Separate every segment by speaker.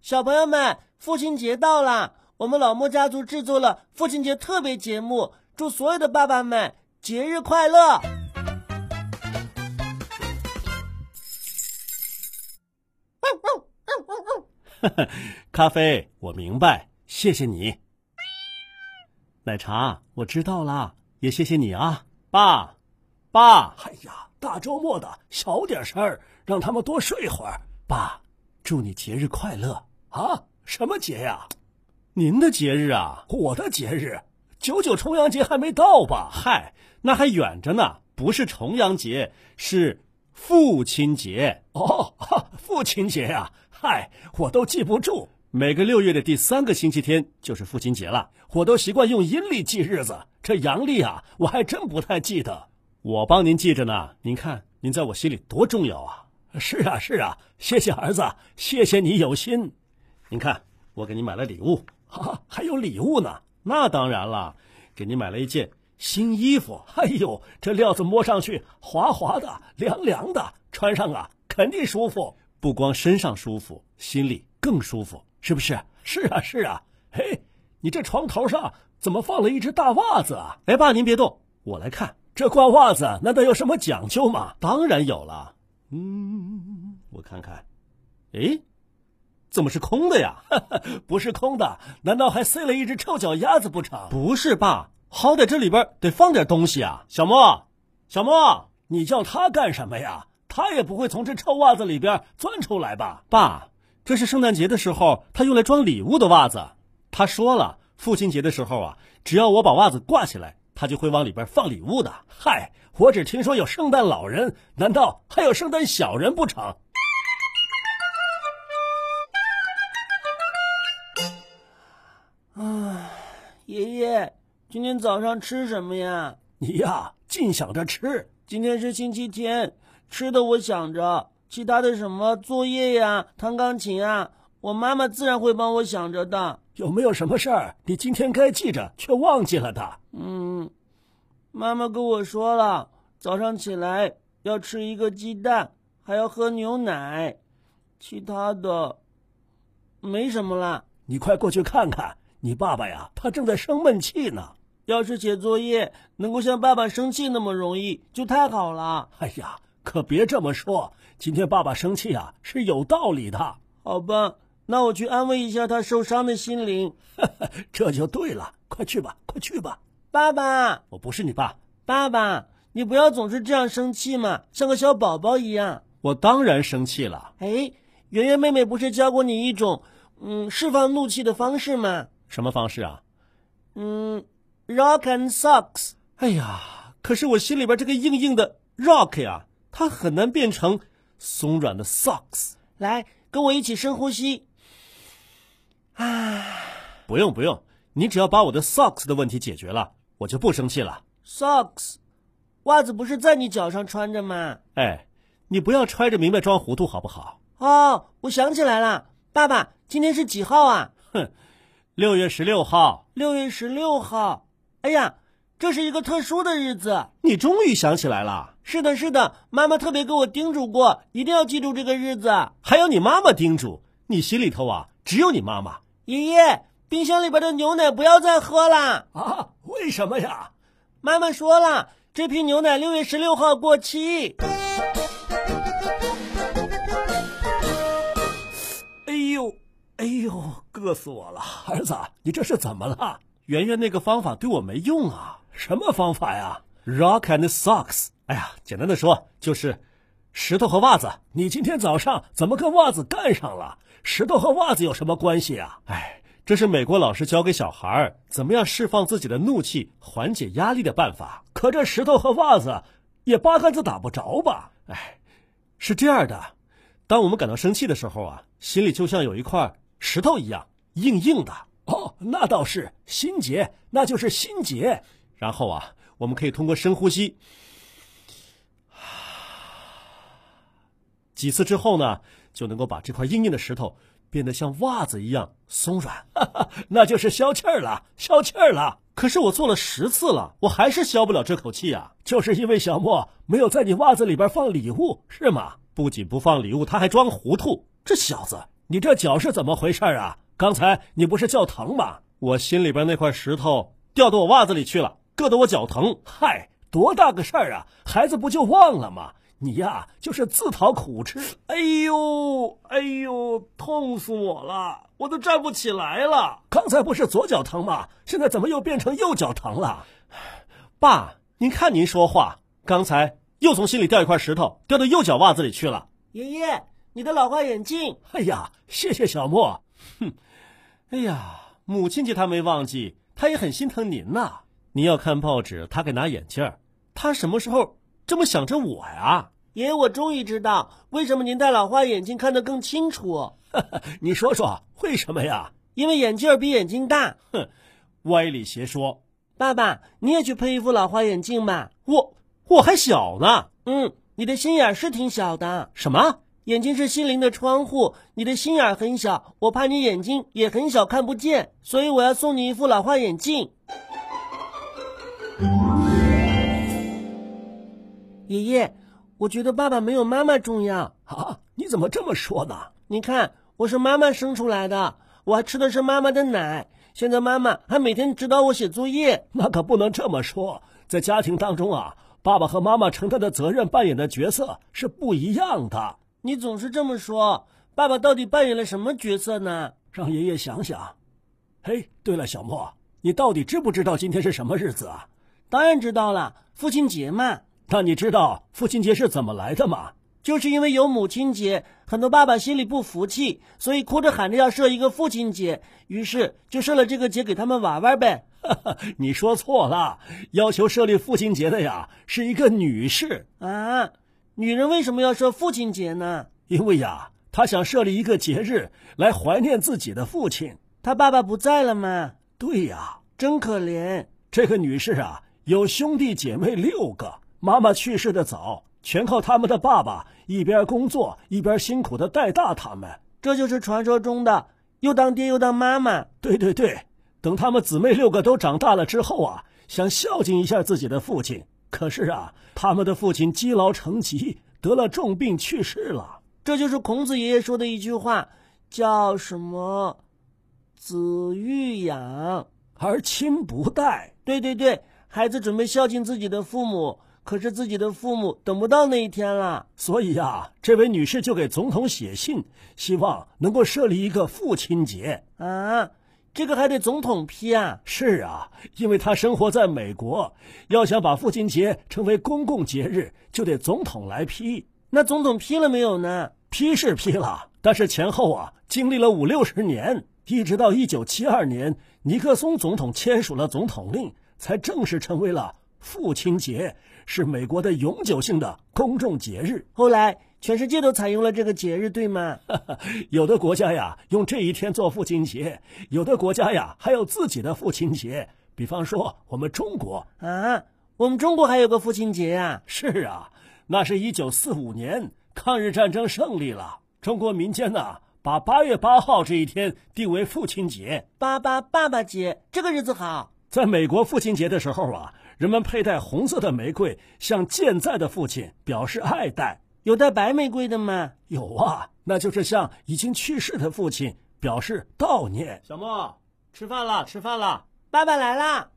Speaker 1: 小朋友们，父亲节到了，我们老莫家族制作了父亲节特别节目，祝所有的爸爸们节日快乐！
Speaker 2: 咖啡，我明白，谢谢你。奶茶，我知道啦，也谢谢你啊，爸，爸。
Speaker 3: 哎呀，大周末的，小点声儿，让他们多睡会儿。
Speaker 2: 爸，祝你节日快乐！
Speaker 3: 啊，什么节呀、
Speaker 2: 您的节日啊？
Speaker 3: 我的节日，九九重阳节还没到吧？
Speaker 2: 嗨，那还远着呢，不是重阳节，是父亲节。
Speaker 3: 哦，哈父亲节呀、嗨，我都记不住，
Speaker 2: 每个六月的第三个星期天就是父亲节了。
Speaker 3: 我都习惯用阴历记日子，这阳历啊，我还真不太记得。
Speaker 2: 我帮您记着呢，您看，您在我心里多重要啊！
Speaker 3: 是啊，是啊，谢谢儿子，谢谢你有心。
Speaker 2: 您看，我给您买了礼物，
Speaker 3: 啊，还有礼物呢。
Speaker 2: 那当然了，给您买了一件新衣服。
Speaker 3: 哎呦，这料子摸上去滑滑的、凉凉的，穿上啊肯定舒服。
Speaker 2: 不光身上舒服，心里更舒服，是不是？
Speaker 3: 是啊，是啊。嘿，你这床头上怎么放了一只大袜子啊？
Speaker 2: 哎，爸，您别动，我来看。
Speaker 3: 这挂袜子难道有什么讲究吗？
Speaker 2: 当然有了，嗯，我看看，诶，怎么是空的呀？
Speaker 3: 不是空的，难道还塞了一只臭脚丫子不成？
Speaker 2: 不是，爸，好歹这里边得放点东西啊。小莫，小莫，
Speaker 3: 你叫他干什么呀？他也不会从这臭袜子里边钻出来吧？
Speaker 2: 爸，这是圣诞节的时候他用来装礼物的袜子。他说了，父亲节的时候啊，只要我把袜子挂起来，他就会往里边放礼物的。
Speaker 3: 嗨，我只听说有圣诞老人，难道还有圣诞小人不成？
Speaker 1: 爷爷，今天早上吃什么呀？
Speaker 3: 你呀，尽想着吃。
Speaker 1: 今天是星期天，吃的我想着，其他的什么作业呀、弹钢琴啊，我妈妈自然会帮我想着的。
Speaker 3: 有没有什么事儿你今天该记着却忘记了的？
Speaker 1: 嗯，妈妈跟我说了，早上起来要吃一个鸡蛋，还要喝牛奶，其他的没什么啦。
Speaker 3: 你快过去看看，你爸爸呀，他正在生闷气呢。
Speaker 1: 要是写作业能够像爸爸生气那么容易，就太好了。
Speaker 3: 哎呀，可别这么说，今天爸爸生气啊是有道理的，
Speaker 1: 好吧，那我去安慰一下他受伤的心灵。
Speaker 3: 这就对了。快去吧，快去吧。
Speaker 1: 爸爸，
Speaker 2: 我不是你爸，
Speaker 1: 爸爸，你不要总是这样生气嘛，像个小宝宝一样。
Speaker 2: 我当然生气了。
Speaker 1: 哎，圆圆妹妹不是教过你一种嗯释放怒气的方式吗？
Speaker 2: 什么方式啊？
Speaker 1: 嗯，rock and socks。
Speaker 2: 哎呀，可是我心里边这个硬硬的 rock 呀，它很难变成松软的 socks。
Speaker 1: 来，跟我一起深呼吸。
Speaker 2: 不用不用，你只要把我的 socks 的问题解决了，我就不生气了。
Speaker 1: socks，袜子不是在你脚上穿着吗？
Speaker 2: 哎，你不要揣着明白装糊涂好不好？
Speaker 1: 哦，我想起来了，爸爸，今天是几号啊？
Speaker 2: 六月十六号，
Speaker 1: 六月十六号。哎呀，这是一个特殊的日子。
Speaker 2: 你终于想起来了，
Speaker 1: 是的，是的，妈妈特别给我叮嘱过，一定要记住这个日子。
Speaker 2: 还有你妈妈叮嘱你，心里头啊只有你妈妈。
Speaker 1: 爷爷，冰箱里边的牛奶不要再喝啦。
Speaker 3: 啊，为什么呀？
Speaker 1: 妈妈说了，这批牛奶六月十六号过期。
Speaker 3: 哎呦，哎呦，硌死我了！儿子，你这是怎么了？
Speaker 2: 圆圆那个方法对我没用啊。
Speaker 3: 什么方法呀？
Speaker 2: Rock and socks，哎呀，简单的说就是石头和袜子。
Speaker 3: 你今天早上怎么跟袜子干上了？石头和袜子有什么关系啊？
Speaker 2: 哎，这是美国老师教给小孩儿怎么样释放自己的怒气、缓解压力的办法。
Speaker 3: 可这石头和袜子也八竿子打不着吧？哎
Speaker 2: 是这样的，当我们感到生气的时候啊，心里就像有一块石头一样硬硬的。
Speaker 3: 哦，那倒是，心结，那就是心结。
Speaker 2: 然后啊，我们可以通过深呼吸，几次之后呢，就能够把这块硬硬的石头变得像袜子一样松软。
Speaker 3: 那就是消气儿了，消气儿了，
Speaker 2: 可是我做了十次了，我还是消不了这口气啊！
Speaker 3: 就是因为小莫没有在你袜子里边放礼物，是吗？
Speaker 2: 不仅不放礼物，他还装糊涂，这小子
Speaker 3: 你这脚是怎么回事啊？刚才你不是叫疼吗？
Speaker 2: 我心里边那块石头掉到我袜子里去了，硌得我脚疼。
Speaker 3: 嗨，多大个事儿啊！孩子不就忘了吗？你呀、就是自讨苦吃。
Speaker 1: 哎呦，哎呦，痛死我了，我都站不起来了。
Speaker 3: 刚才不是左脚疼吗？现在怎么又变成右脚疼了？
Speaker 2: 爸，您看您说话，刚才又从心里掉一块石头，掉到右脚袜子里去了。
Speaker 1: 爷爷，你的老花眼镜，
Speaker 3: 哎呀，谢谢小莫。
Speaker 2: 哎呀，母亲节他没忘记，他也很心疼您呐、您要看报纸，他给拿眼镜儿他什么时候这么想着我呀？
Speaker 1: 爷爷，我终于知道为什么您戴老花眼镜看得更清楚，
Speaker 3: 你说说为什么呀？
Speaker 1: 因为眼镜儿比眼睛大。
Speaker 2: 歪理邪说，
Speaker 1: 爸爸，你也去配一副老花眼镜吧。
Speaker 2: 我我还小呢。
Speaker 1: 嗯，你的心眼儿是挺小的，
Speaker 2: 什么？
Speaker 1: 眼睛是心灵的窗户，你的心眼儿很小，我怕你眼睛也很小看不见，所以我要送你一副老花眼镜。爷爷，我觉得爸爸没有妈妈重要。
Speaker 3: 啊，你怎么这么说呢？
Speaker 1: 你看，我是妈妈生出来的，我还吃的是妈妈的奶。现在妈妈还每天指导我写作业。
Speaker 3: 那可不能这么说。在家庭当中啊，爸爸和妈妈承担的责任、扮演的角色是不一样的。
Speaker 1: 你总是这么说，爸爸到底扮演了什么角色呢？
Speaker 3: 让爷爷想想。嘿，对了，小莫，你到底知不知道今天是什么日子啊？
Speaker 1: 当然知道了，父亲节嘛，
Speaker 3: 那你知道父亲节是怎么来的吗？
Speaker 1: 就是因为有母亲节，很多爸爸心里不服气，所以哭着喊着要设一个父亲节，于是就设了这个节给他们玩玩呗。
Speaker 3: 你说错了，要求设立父亲节的呀是一个女士，
Speaker 1: 啊，女人为什么要设父亲节呢？
Speaker 3: 因为呀她想设立一个节日来怀念自己的父亲。
Speaker 1: 她爸爸不在了嘛，
Speaker 3: 对呀，
Speaker 1: 真可怜。
Speaker 3: 这个女士啊，有兄弟姐妹六个，妈妈去世的早，全靠他们的爸爸一边工作一边辛苦的带大他们。
Speaker 1: 这就是传说中的又当爹又当妈妈。
Speaker 3: 对对对，等他们姊妹六个都长大了之后啊，想孝敬一下自己的父亲，可是啊，他们的父亲积劳成疾，得了重病去世了。
Speaker 1: 这就是孔子爷爷说的一句话，叫什么“子欲养”。
Speaker 3: 而亲不待，
Speaker 1: 对对对，孩子准备孝敬自己的父母，可是自己的父母等不到那一天了。
Speaker 3: 所以呀、这位女士就给总统写信，希望能够设立一个父亲节。
Speaker 1: 啊，这个还得总统批啊！
Speaker 3: 是啊，因为她生活在美国，要想把父亲节成为公共节日，就得总统来批。
Speaker 1: 那总统批了没有呢？
Speaker 3: 批是批了，但是前后啊经历了五六十年，一直到一九七二年，尼克松总统签署了总统令，才正式成为了父亲节，是美国的永久性的公众节日。
Speaker 1: 后来全世界都采用了这个节日，对吗？
Speaker 3: 有的国家呀用这一天做父亲节，有的国家呀还有自己的父亲节，比方说我们中国
Speaker 1: 啊，我们中国还有个父亲节啊！
Speaker 3: 是啊，那是一九四五年抗日战争胜利了，中国民间呢、把八月八号这一天定为父亲节。
Speaker 1: 爸爸爸爸节，这个日子好。
Speaker 3: 在美国父亲节的时候啊，人们佩戴红色的玫瑰，向健在的父亲表示爱戴。
Speaker 1: 有带白玫瑰的吗？
Speaker 3: 有啊，那就是向已经去世的父亲表示悼念。
Speaker 2: 小莫，吃饭啦，吃饭啦，
Speaker 1: 爸爸来啦！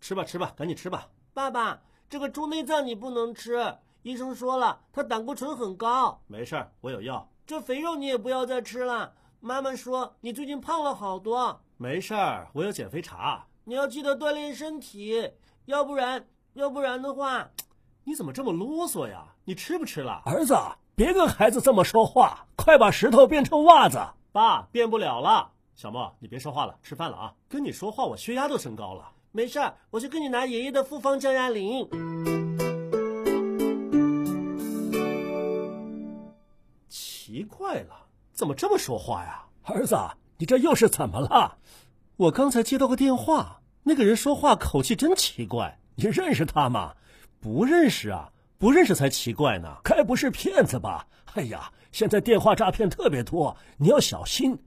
Speaker 2: 吃吧，吃吧，赶紧吃吧。
Speaker 1: 爸爸，这个猪内脏你不能吃，医生说了，它胆固醇很高。
Speaker 2: 没事儿，我有药。
Speaker 1: 这肥肉你也不要再吃了。妈妈说你最近胖了好多，
Speaker 2: 没事儿，我有减肥茶。
Speaker 1: 你要记得锻炼身体，要不然要不然的话，
Speaker 2: 你怎么这么啰嗦呀？你吃不吃了？
Speaker 3: 儿子，啊别跟孩子这么说话，快把石头变成袜子。
Speaker 2: 爸，变不了了。小莫，你别说话了，吃饭了啊！跟你说话，我血压都升高了。
Speaker 1: 没事儿，我去给你拿爷爷的复方降压灵。
Speaker 2: 奇怪了，怎么这么说话呀？
Speaker 3: 儿子，啊你这又是怎么了？
Speaker 2: 我刚才接到个电话，那个人说话口气真奇怪，
Speaker 3: 你认识他吗？
Speaker 2: 不认识啊，不认识才奇怪呢。
Speaker 3: 该不是骗子吧？哎呀，现在电话诈骗特别多，你要小心。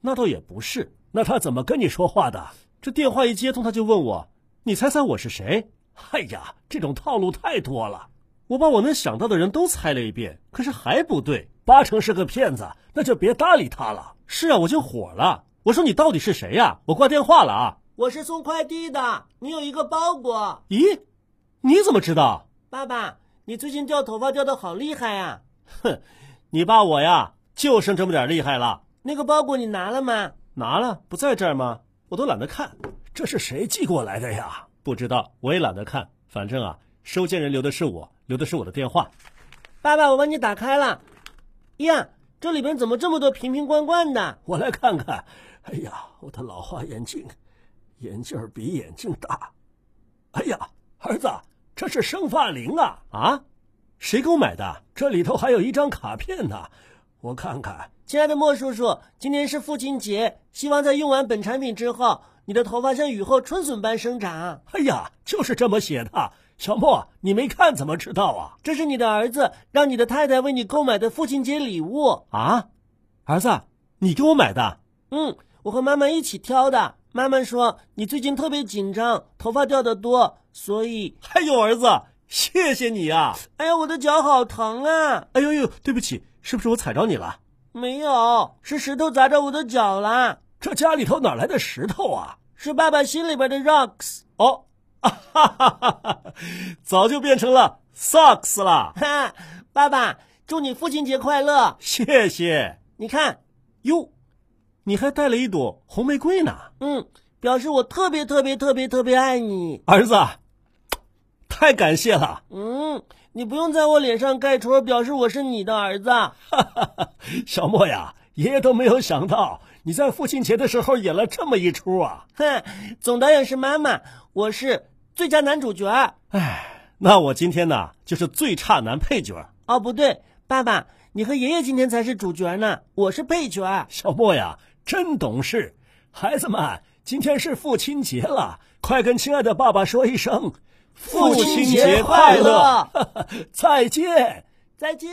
Speaker 2: 那倒也不是，
Speaker 3: 那他怎么跟你说话的？
Speaker 2: 这电话一接通，他就问我：“你猜猜我是谁
Speaker 3: 哎呀，这种套路太多了。？”
Speaker 2: 我把我能想到的人都猜了一遍，可是还不对。
Speaker 4: 八成是个骗子，那就别搭理他了。
Speaker 1: 是啊，我就火了，我说你到底是谁呀、我挂电话了啊！
Speaker 3: 我是送快递的，你有一个包裹。
Speaker 1: 咦，你怎么知道？
Speaker 3: 爸爸，你最近掉头发掉的好厉害啊！
Speaker 1: 你爸我呀，就剩这么点厉害了。
Speaker 3: 那个包裹你拿了吗？
Speaker 1: 拿了，不在这儿吗？我都懒得看，
Speaker 4: 这是谁寄过来的呀？
Speaker 1: 不知道，我也懒得看。反正啊，收件人留的是我，留的是我的电话。
Speaker 3: 爸爸，我帮你打开了。呀，这里边怎么这么多瓶瓶罐罐的？
Speaker 4: 我来看看。哎呀，我的老花眼镜，眼镜儿比眼镜大。哎呀，儿子，这是生发灵啊！
Speaker 1: 啊，谁给我买的？
Speaker 4: 这里头还有一张卡片呢，我看看。
Speaker 3: 亲爱的莫叔叔，今天是父亲节，希望在用完本产品之后，你的头发像雨后春笋般生长。
Speaker 4: 哎呀，就是这么写的。小莫，你没看怎么知道啊？
Speaker 3: 这是你的儿子让你的太太为你购买的父亲节礼物。
Speaker 1: 啊，儿子，你给我买的？
Speaker 3: 嗯，我和妈妈一起挑的。妈妈说你最近特别紧张，头发掉的多，所 以……
Speaker 1: 还有哎儿子，谢谢你啊！
Speaker 3: 哎呀，我的脚好疼啊！
Speaker 1: 哎呦呦，对不起，是不是我踩着你了？
Speaker 3: 没有，是石头砸着我的脚啦，
Speaker 4: 这家里头哪来的石头啊？
Speaker 3: 是爸爸心里边的 rocks。
Speaker 1: 哦，啊哈哈哈哈，早就变成了 socks 了。
Speaker 3: 哈， 爸爸，祝你父亲节快乐！
Speaker 1: 谢谢
Speaker 3: 你看，
Speaker 1: 哟，你还带了一朵红玫瑰呢，
Speaker 3: 嗯，表示我特别特别特别特别爱你。
Speaker 1: 儿子，太感谢了，
Speaker 3: 嗯，你不用在我脸上盖戳，表示我是你的儿子。啊
Speaker 4: 小莫呀，爷爷都没有想到你在父亲节的时候演了这么一出啊！
Speaker 3: 哼，总导演是妈妈，我是最佳男主角。
Speaker 1: 那我今天呢就是最差男配角。
Speaker 3: 哦，不对，爸爸，你和爷爷今天才是主角呢，我是配角。
Speaker 4: 小莫呀，真懂事。孩子们，今天是父亲节了，快跟亲爱的爸爸说一声父
Speaker 1: 亲节快乐！
Speaker 4: 再见。
Speaker 3: 再见。